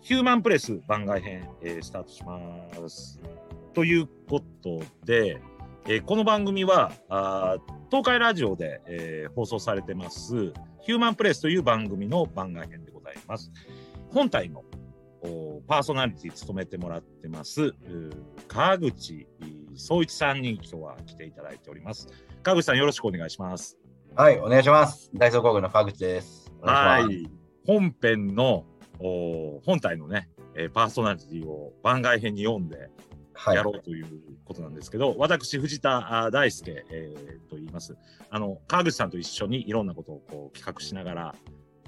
ヒューマンプレス番外編、えースタートします。ということで、えーこの番組はあー東海ラジオで、えー放送されてますヒューマンプレスという番組の番外編でございます。本体のおパーソナリティ務めてもらってますうー川口総一さんに今日は来ていただいております。川口さんよろしくお願いします。はい、お願いします。ダイソー工具の川口です。お願はします。い。本編の、おー本体のね、えーパーソナリティを番外編に読んではい。やろうということなんですけど、私、藤田あー大輔、えーと言います。あの、川口さんと一緒にいろんなことをこう企画しながら、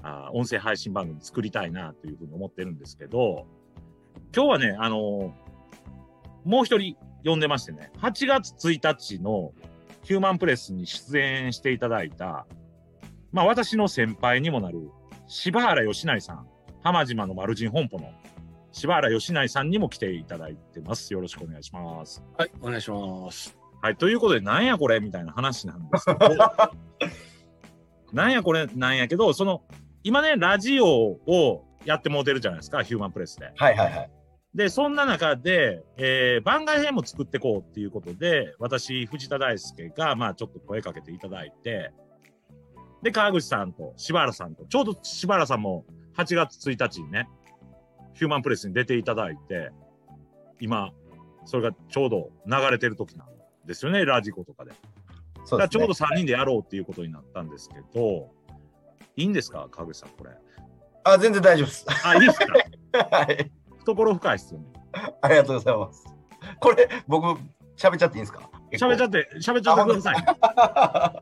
あー音声配信番組作りたいなというふうに思ってるんですけど、今日はね、あのーもう一人呼んでましてね、8月1日のヒューマンプレスに出演していただいた、まあ私の先輩にもなる柴原義成さん、浜島のマルジン本舗の柴原義成さんにも来ていただいてます。よろしくお願いします。はい、お願いします。はい、ということで、なんやこれみたいな話なんです けど、なんやこれなんやけど、その、今ね、ラジオをやってもうてるじゃないですか、ヒューマンプレスで。はいはいはい。で、そんな中で、えー番外編も作ってこうっていうことで、私、藤田大輔が、まあ、ちょっと声かけていただいて、で、川口さんと柴原さんと、ちょうど柴原さんも8月1日にね、ヒューマンプレスに出ていただいて、今、それがちょうど流れてる時なんですよね、ラジコとかで。そだうかでらすちょうねど。3人でやろうっていうことになったんですけど、いいんですか、川口さん、これ。あ、全然大丈夫です。あ、いいです か。はい。懐深いですよね。ありがとうございます。これ、僕、喋っちゃっていいんですか喋っちゃっって、喋っちゃってください。ゃ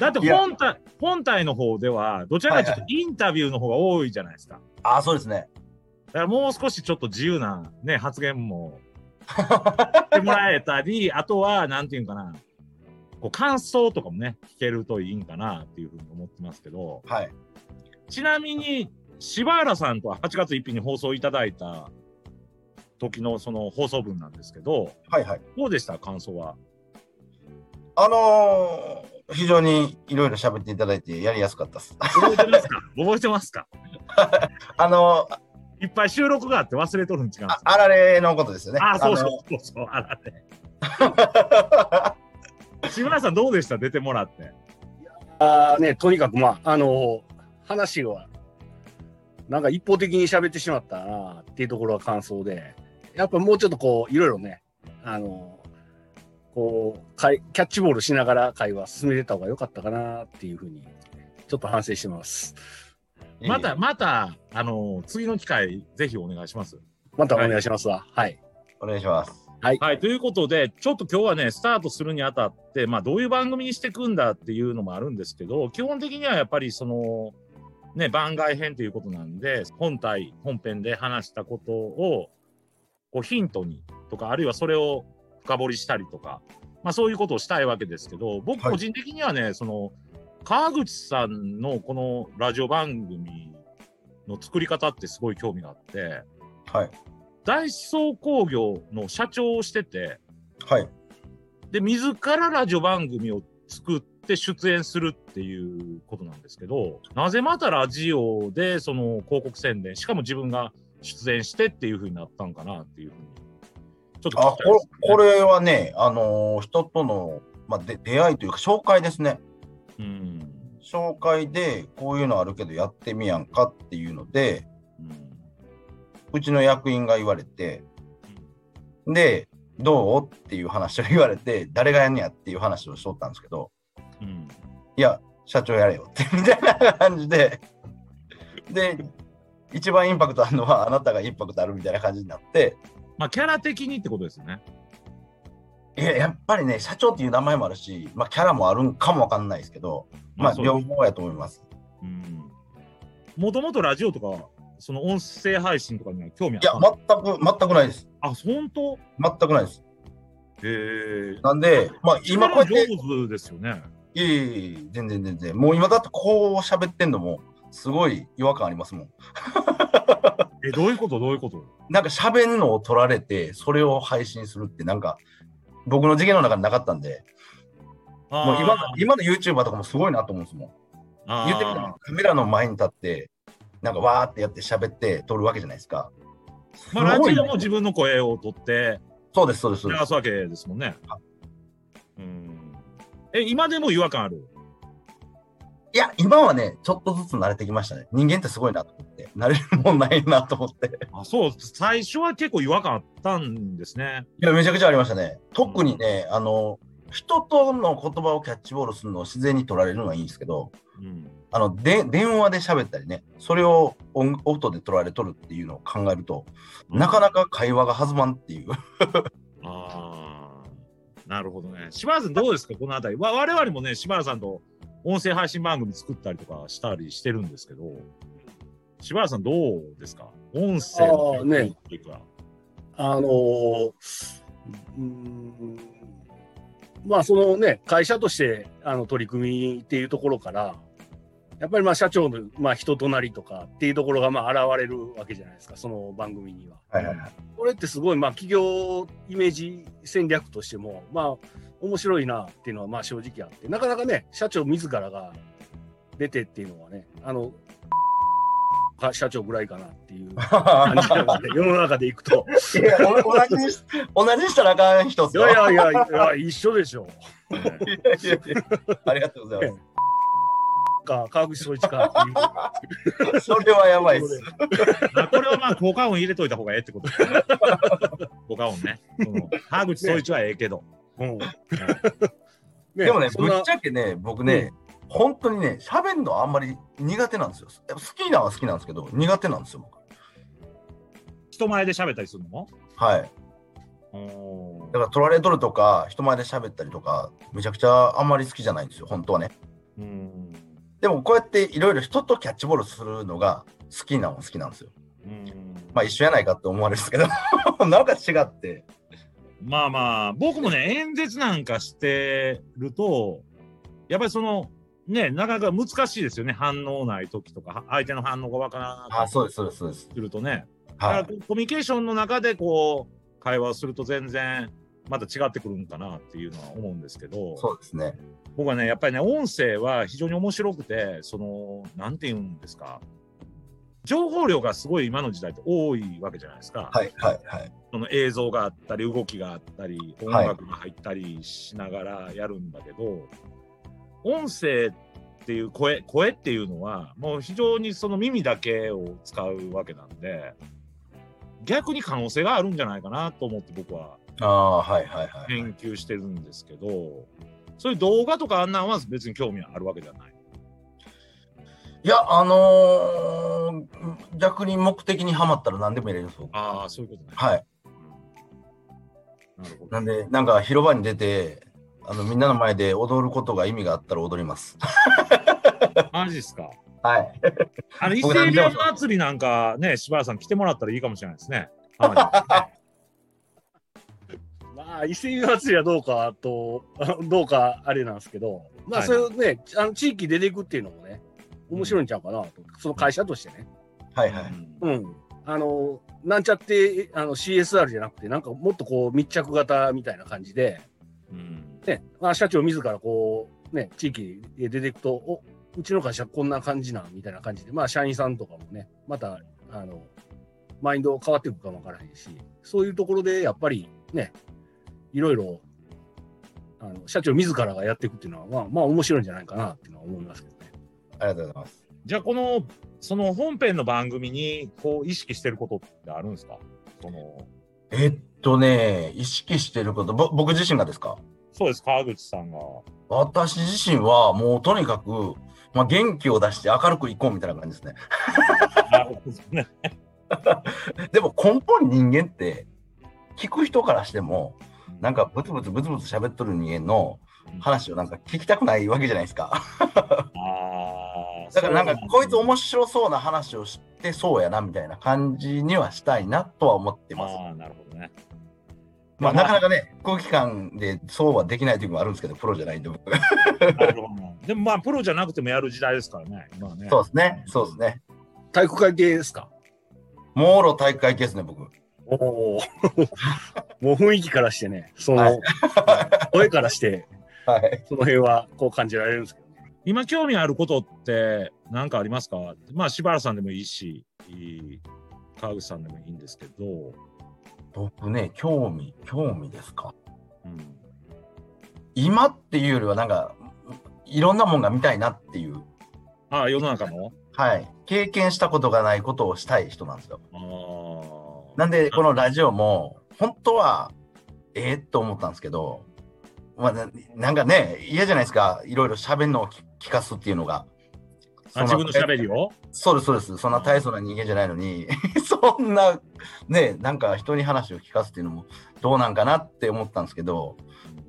だっていや本体本体の方では、どちらかというとインタビューの方が多いじゃないですか。あ、そうですね。だからもう少しちょっと自由な、ね、発言もしてもらえた り、あとは、なんていうんかな、こう感想とかもね、聞けるといいんかなっていうふうに思ってますけど、はい。ちなみに、柴原さんとは8月1日に放送いただいた時のその放送分なんですけど、はいはい。どうでした感想は。あのー、非常にいろいろ喋っていただいてやりやすかったです。 覚えてますか覚えてますかあのー、いっぱい収録があって忘れとるん違うんですかああられのことですよね。あ、そうそうのそうそう、あらね。志村さん、どうでした出てもらって。あーね、とにかくまあ、あの話は、なんか一方的に喋ってしまったなっていうところが感想で、やっぱもうちょっとこう、いろいろね、あのこうかい、キャッチボールしながら会話進めてた方が良かったかなっていうふうに、ちょっと反省してます。いいまた、また、あのー次の機会、ぜひお願いします。またお願いしますわ。はい。お願いします。はい、ということで、ちょっと今日はね、スタートするにあたって、まあ、どういう番組にしていくんだっていうのもあるんですけど、基本的にはやっぱり、その、ね、番外編ということなんで、本体、本編で話したことを、こう、ヒントにとか、あるいはそれを深掘りしたりとか、まあ、そういうことをしたいわけですけど、僕はい個人的にはね、その、川口さんのこのラジオ番組の作り方ってすごい興味があって、はい。ダイソー工業の社長をしてて、はい。で、自らラジオ番組を作って出演するっていうことなんですけど、なぜまたラジオでその広告宣伝、しかも自分が出演してっていうふうになったんかなっていうふうに、ちょっと聞あきたいでこすね、これはね、あのー人との、まあ、で出会いというか紹介ですね。うん。紹介でこういうのあるけどやってみやんかっていうのでうん。うちの役員が言われてでどうっていう話を言われて誰がやんねやっていう話をしとったんですけどうん。いや社長やれよって みたいな感じでで一番インパクトあるのはあなたがインパクトあるみたいな感じになってまあ、キャラ的にってことですよね。いややっぱりね社長っていう名前もあるし、まあ、キャラもあるんかもわかんないですけど、まあ、そう両方やと思います。うん。もともとラジオとか、その音声配信とかには興味あっいやたの全く全くないですあ、本当全くないです。へえ。なんで、まあ、今こうやって上手ですよね。いえいえいえ、全然全然。もう今だってこう喋ってんのも、すごい違和感ありますもん。え、どういうことどういうことなんか喋んのを取られて、それを配信するって、なんか、僕の事件の中になかったんで、もう今の今の YouTuber とかもすごいなと思うんですもん。あー言ってみたらカメラの前に立って、なんかわーってやって喋って撮るわけじゃないですか。まあ、すラごいジねオも自分の声を取ってそうです、そうです。そう流ですすわけですもんねは。うん。え、今でも違和感あるいや、今はね、ちょっとずつ慣れてきましたね。人間ってすごいなと思って。慣れるもんないなと思って。いあ、そう、最初は結構違和感あったんですね。や、めちゃくちゃありましたね。特にね、あの、人との言葉をキャッチボールするのを自然に取られるのはいいんですけど、うん。あの、で電話で喋ったりね、それを音音で取られとるっていうのを考えると、なかなか会話が弾まんっていう。ああ、なるほどね。柴原さんどうですかこのあたり。わ我々もね、柴原さんと音声配信番組作ったりとかしたりしてるんですけど、柴原さんどうですか音声あーねっていうか。 あのーうーんまあそのね会社としてあの取り組みっていうところからやっぱりまあ社長の、まあ、人となりとかっていうところがまあ現れるわけじゃないですかその番組には。はいはいはい。これってすごいまあ企業イメージ戦略としてもまあ面白いなっていうのはまあ正直あってなかなかね社長自らが出てっていうのはねあの社長ぐらいかなっていう感じなので世の中でいくと。 いやお同じにし同じにしたらあかん人っいすよ。やいやいやいや、一緒でしょ。いやいやいや ありがとうございか、川口総一かっていう。ます。それはやばいっす。まあこれはまあ、効果音入れといた方がええってこと ですね。効果音ね。その川口総一はええけど。うんねでもね、そんぶなっちゃけね、僕ね、本当にね、喋るのあんまり苦手なんですよ。好きなのは好きなんですけど、苦手なんですよ、僕。人前で喋ったりするのもはい。おーだから、取られとるとか、人前で喋ったりとか、めちゃくちゃあんまり好きじゃないんですよ、本当はね。うん。でも、こうやっていろいろ人とキャッチボールするのが好きなのは好きなんですよ。うんまあ、一緒やないかって思われるんですけど、 なんか違って。まあまあ、僕もね、演説なんかしてると、やっぱりその、ね、なかなか難しいですよね、反応ない時とか、相手の反応がわからなかあ、っそうです、そうです、そうです。たりするとね、はだからコミュニケーションの中でこう、会話をすると全然、また違ってくるんかなっていうのは思うんですけい。ど、そうですね。僕はね、やっぱりね、音声は非常に面白くて、その、なんて言うんですか、情報量がすごい今の時代って多いわけじゃないですか。はい、はい、はい。その映像があったり動きがあったり音はい楽が入ったりしながらやるんだけど、音声っていう声声っていうのはもう非常にその耳だけを使うわけなんで逆に可能性があるんじゃないかなと思って僕はああ、はい、はい、はい。研究してるんですけど、そういう動画とかあんなんは別に興味はあるわけじゃない。いや、あのー逆に目的にはまったら何でも入れるんですよ。ああそういうことね。はい。なるほどなんで、なんか広場に出て、あのみんなの前で踊ることが意味があったら踊ります。マジですか。はい。あの伊僕勢何でも龍祭りなんかね、柴原さん来てもらったらいいかもしれないです ね。たまにまあ、伊勢湯祭りはどうかと、あどうかあれなんですけど、まあ、はいそれをね、あの地域出ていくっていうのもね、面白いんちゃうかなと、その会社としてね。はいはい。うん。あの、なんちゃって、あの、CSR じゃなくて、なんかもっとこう、密着型みたいな感じで、うんね、まあ、社長自らこう、ね、地域へ出ていくと、おうちの会社こんな感じなんみたいな感じで、まあ、社員さんとかもね、また、あの、マインド変わっていくかもわからへんし、そういうところで、やっぱりね、いろいろ、あの、社長自らがやっていくっていうのは、まあ、まあ、面白いんじゃないかなっていうのは思いますけどね。ありがとうございます。じゃあこのその本編の番組にこう意識してることってあるんですかそのえっとね、意識してること、ぼ僕自身がですかそうです川口さ んが私自身はもうとにかく、まあ、元気を出して明るくいこうみたいな感じですね。なるほどねでも根本人間って、聞く人からしても、なんかブツブツブツブツ喋っとる人間の話をなんか聞きたくないわけじゃないですか。 あーだからなんそかうこいつ面白そうな話をしてそうやなみたいな感じにはしたいなとは思ってます。あーなるほどねまあまあなかなかね、空気感でそうはできない時もあるんですけど、プロじゃないんで僕。なるほどねでもまあプロじゃなくてもやる時代ですからね今はねそうですね、そうですね。体育会系ですかもろ体育会系ですね、僕。おお。 もう雰囲気からしてね、その、はい声からして、はい。その辺はこう感じられるんですけどね。今興味あることって何かありますかまあ柴原さんでもいいしいい川口さんでもいいんですけど、僕ね、興味、興味ですか。うん、今っていうよりは、なんか、いろんなもんが見たいなっていう、ああ、世の中のはい、経験したことがないことをしたい人なんですよ。ああ。なんで、このラジオも、本当は、ええと思ったんですけど、まあ、ななんかね、嫌じゃないですか、いろいろ喋るのを聞聞かすっていうのが。あ自分の喋りををそうです、そうです。そんな大層な人間じゃないのに、 そんな、ね、なんか人に話を聞かすっていうのもどうなんかなって思ったんですけど、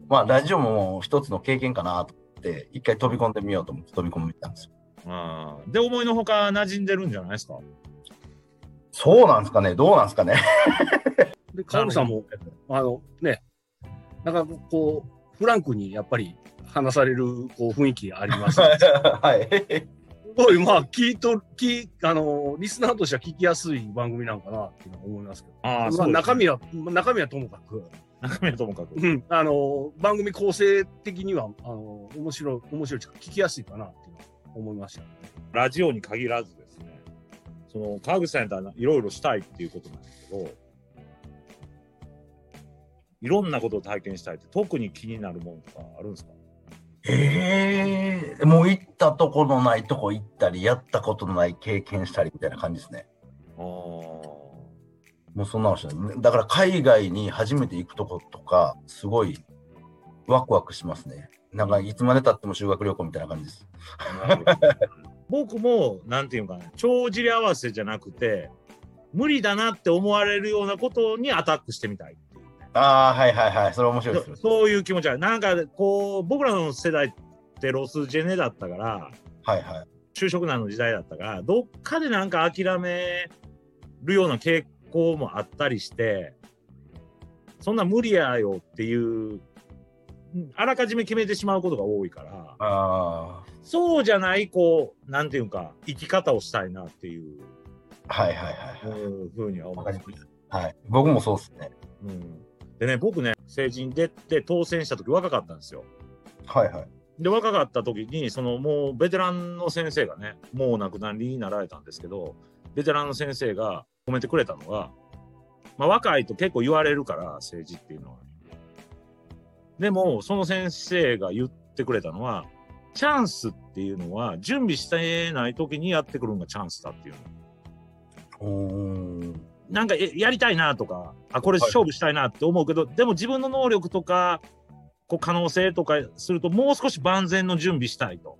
まあ、ラジオも一つの経験かなと思って、一回飛び込んでみようと思って飛び込んでみたんですよ。ああで、思いのほか馴染んでるんじゃないですか。そうなんですかね、どうなんですかね。 で、川口さんも、あのね、なんかこう、フランクにやっぱり話されるこう雰囲気あります。すはい。ごい、まあ、聞いと、聞い、あの、リスナーとしては聞きやすい番組なのかなっていうのは思いますけど。ああ、まそあ、うです中身は、中身はともかく、中身はともかく。うん、あの、番組構成的には、あの、面白い、面白いというか、聞きやすいかなっていうのは思いました。ラジオに限らずですね、その川口さんやったらいろいろしたいっていうことなんですけど、いろんなことを体験したいって、特に気になるものとかあるんですかええもう行ったとこのないとこ行ったり、やったことのない経験したりみたいな感じですね。あもうそんなのしない。だから海外に初めて行くとことか、すごいワクワクしますね。なんかいつまでたっても修学旅行みたいな感じです。 僕も、なんていうかね、帳尻合わせじゃなくて、無理だなって思われるようなことにアタックしてみたいっていうね。ああ、はいはいはい。それ面白いですそよ。そういう気持ちはなんかこう僕らの世代ってロスジェネだったからはいはい。就職難の時代だったからどっかでなんか諦めるような傾向もあったりしてそんな無理やよっていううんあらかじめ決めてしまうことが多いからあそうじゃないこうなんていうか生き方をしたいなっていうあ、はいはいはいはい。うんふうには思いますね。はい、僕もそうですね。うんでね僕ね成人出て当選した時若かったんですよ。はいはい。で若かった時にそのもうベテランの先生がねもう亡くなりになられたんですけどベテランの先生が褒めてくれたのが、まあ、若いと結構言われるから政治っていうのは。でもその先生が言ってくれたのはチャンスっていうのは準備してない時にやってくるのがチャンスだっていうの。おーなんかえやりたいなとかあこれ勝負したいなって思うけど、でも自分の能力とかこう可能性とかするともう少し万全の準備したいと。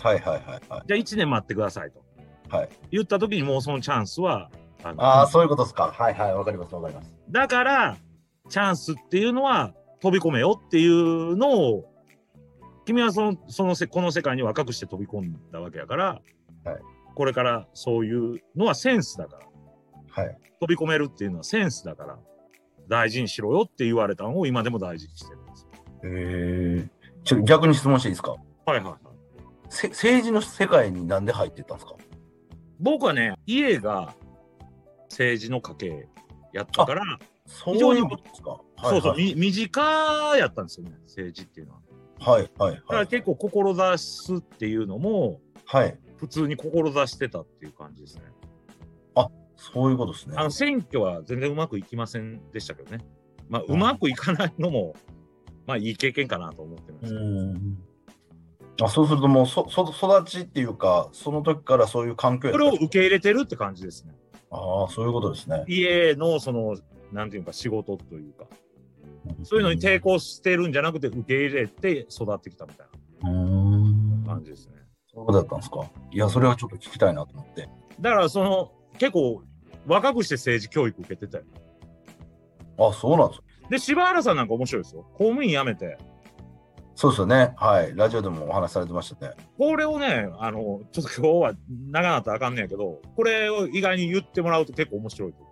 はいはいはいはい。じゃあ1年待ってくださいと。はい言った時にもうそのチャンスは、あのああ、そういうことですか。はいはい。わかりますわかります。だから、チャンスっていうのは飛び込めよっていうのを、君はその、そのせ、この世界に若くして飛び込んだわけやから、はいこれからそういうのはセンスだから、はい。飛び込めるっていうのはセンスだから、大事にしろよって言われたのを今でも大事にしてるんですよ。ええ。ちょ逆に質問していいですかはいはいはい。せ政治の世界になんで入ってったんですか僕はね、家が政治の家系やったから、そ非常うにいうことですかはいそうそう、はいみ身近やったんですよね、政治っていうのは。はいはいだかはらい。結構、志すっていうのも、はい。普通に志してたっていう感じですね。そういうことですね。あの選挙は全然うまくいきませんでしたけどね。まあ、うまくいかないのも、まあ、いい経験かなと思ってます。うんあそうするともうそそ育ちっていうかその時からそういう環境やそっれたを受け入れてるって感じですね。ああそういうことですね家の、その、なんていうか、仕事というか、そういうのに抵抗してるんじゃなくて、受け入れて育ってきたみたいうんな感じですね。そういうことだったんですかいやそれはちょっと聞きたいなと思ってだから、その、結構、若くして政治教育受けてたよ。あそうなんですかで、柴原さんなんか面白いですよ。公務員辞めて。そうですよねはいラジオでもお話しされてましたねこれをね、あの、ちょっと今日は長なったらあかんねんやけど、これを意外に言ってもらうと結構面白いと思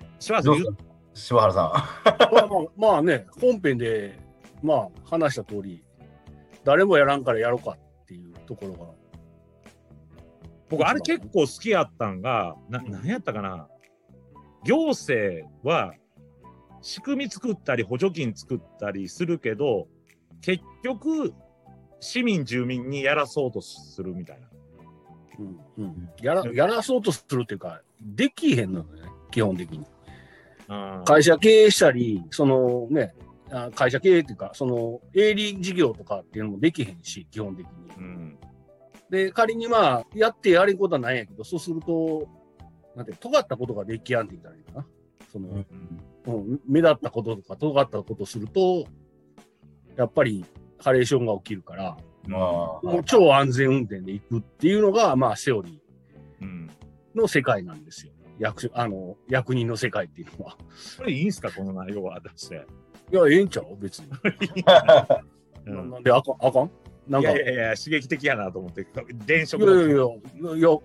う。柴ど原さうでん言すか柴原さまあまあ、まあね、本編で、まあ、話した通り、誰もやらんからやろうかっていうところが、僕、あれ結構好きやったんが、な、なんやったかな。行政は仕組み作ったり補助金作ったりするけど、結局、市民住民にやらそうとするみたいな。うんうん、やらやらそうとするっていうか、できへんのよね、基本的に。うん会社経営したり、そのね、あ会社経営っていうか、その営利事業とかっていうのもできへんし、基本的に。うんで、仮にまあ、やってやれんことはないんやけど、そうすると、なんて、尖ったことができやんって言ったらいいかな。その、うん、目立ったこととか、尖ったことすると、やっぱり、ハレーションが起きるから、まあもう超安全運転で行くっていうのが、まあ、セオリうー。んの世界なんですよ。役所あの役人の世界っていうのは。 これいいんすかこの内容は出して。いや、ええんちゃう別に。うんななんであかん、あかんなんいか、やいいやいやいや刺激的やなと思って電飾やいやいいや、いや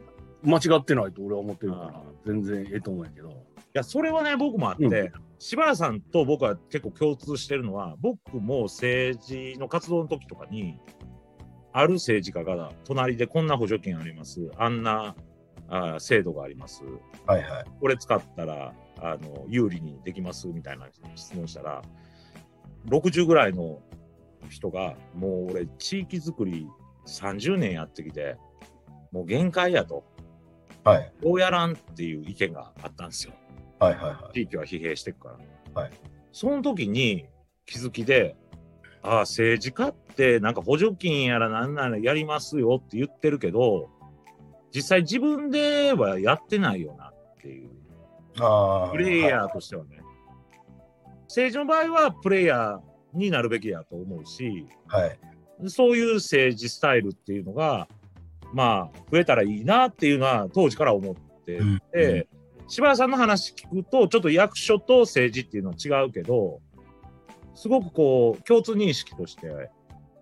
間違ってないと俺は思ってるかああら、全然ええと思うんやけど。やそれはね僕もあって、うん柴原さんと僕は結構共通してるのは僕も政治の活動の時とかにある政治家が隣でこんな補助金ありますあんなあー制度がありますはいはい。これ使ったらあの有利にできますみたいな質問したら60ぐらいの人がもう俺地域づくり30年やってきてもう限界やとはいこうやらんっていう意見があったんですよはいはいはい。地域は疲弊していくから、はいその時に気づきでああ政治家ってなんか補助金やらなんならやりますよって言ってるけど実際自分ではやってないよなっていうああ。プレイヤーとしてはね、政治の場合はプレイヤーになるべきやと思うし、はい。そういう政治スタイルっていうのが、まあ、増えたらいいなっていうのは当時から思ってうんて、柴原さんの話聞くと、ちょっと役所と政治っていうのは違うけど、すごくこう、共通認識として、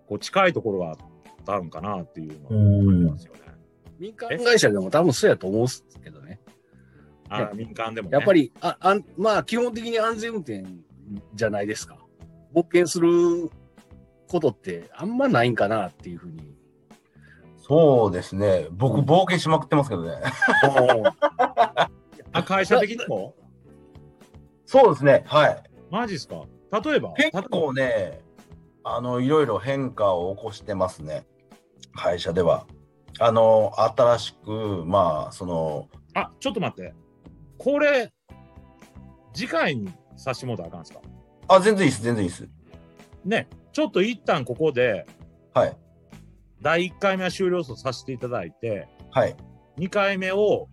こう、近いところがあったんかなっていうのは思いますよね。民間会社でも多分そうやと思うんですけどね。あー民間でも、ね。や っぱり、ああんまあ、基本的に安全運転じゃないですか。冒険することってあんまないんかなっていうふうに。そうですね。僕、冒険しまくってますけどね。あ会社的にもそうですね。はい。マジですか例えば結構ね、あの、いろいろ変化を起こしてますね。会社では。あの、新しく、まあ、その、あちょっと待って。これ、次回に差し戻ったらあかんすかあ、全然いいです、全然いいです。ね、ちょっと一旦ここで、はい。第1回目は終了とさせていただいて、はい。 2回目を、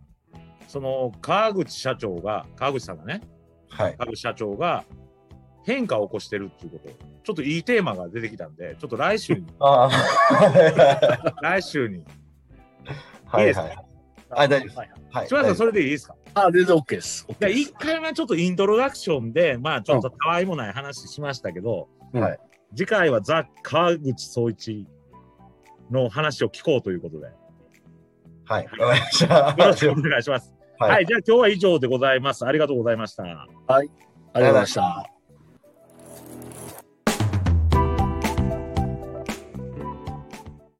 その川口社長が、川口さんがね、はい。川口社長が変化を起こしてるっていうこと、ちょっといいテーマが出てきたんで、ちょっと来週に、 ああ。来週に。はいいでいいすはい。あ大丈夫ですはいはいはい。柴田さん、それで。でいいですかあ、全然 OK です。OK じゃあで1す回目はちょっとイントロダクションで、まあちょっとたわいもない話しましたけど、はい次回はザ・川口総一の話を聞こうということで、 よはい。わかりました。ろしくお 願いします。はい、はいじゃあ今日は以上でございます。ありがとうございました。ありがとうございました。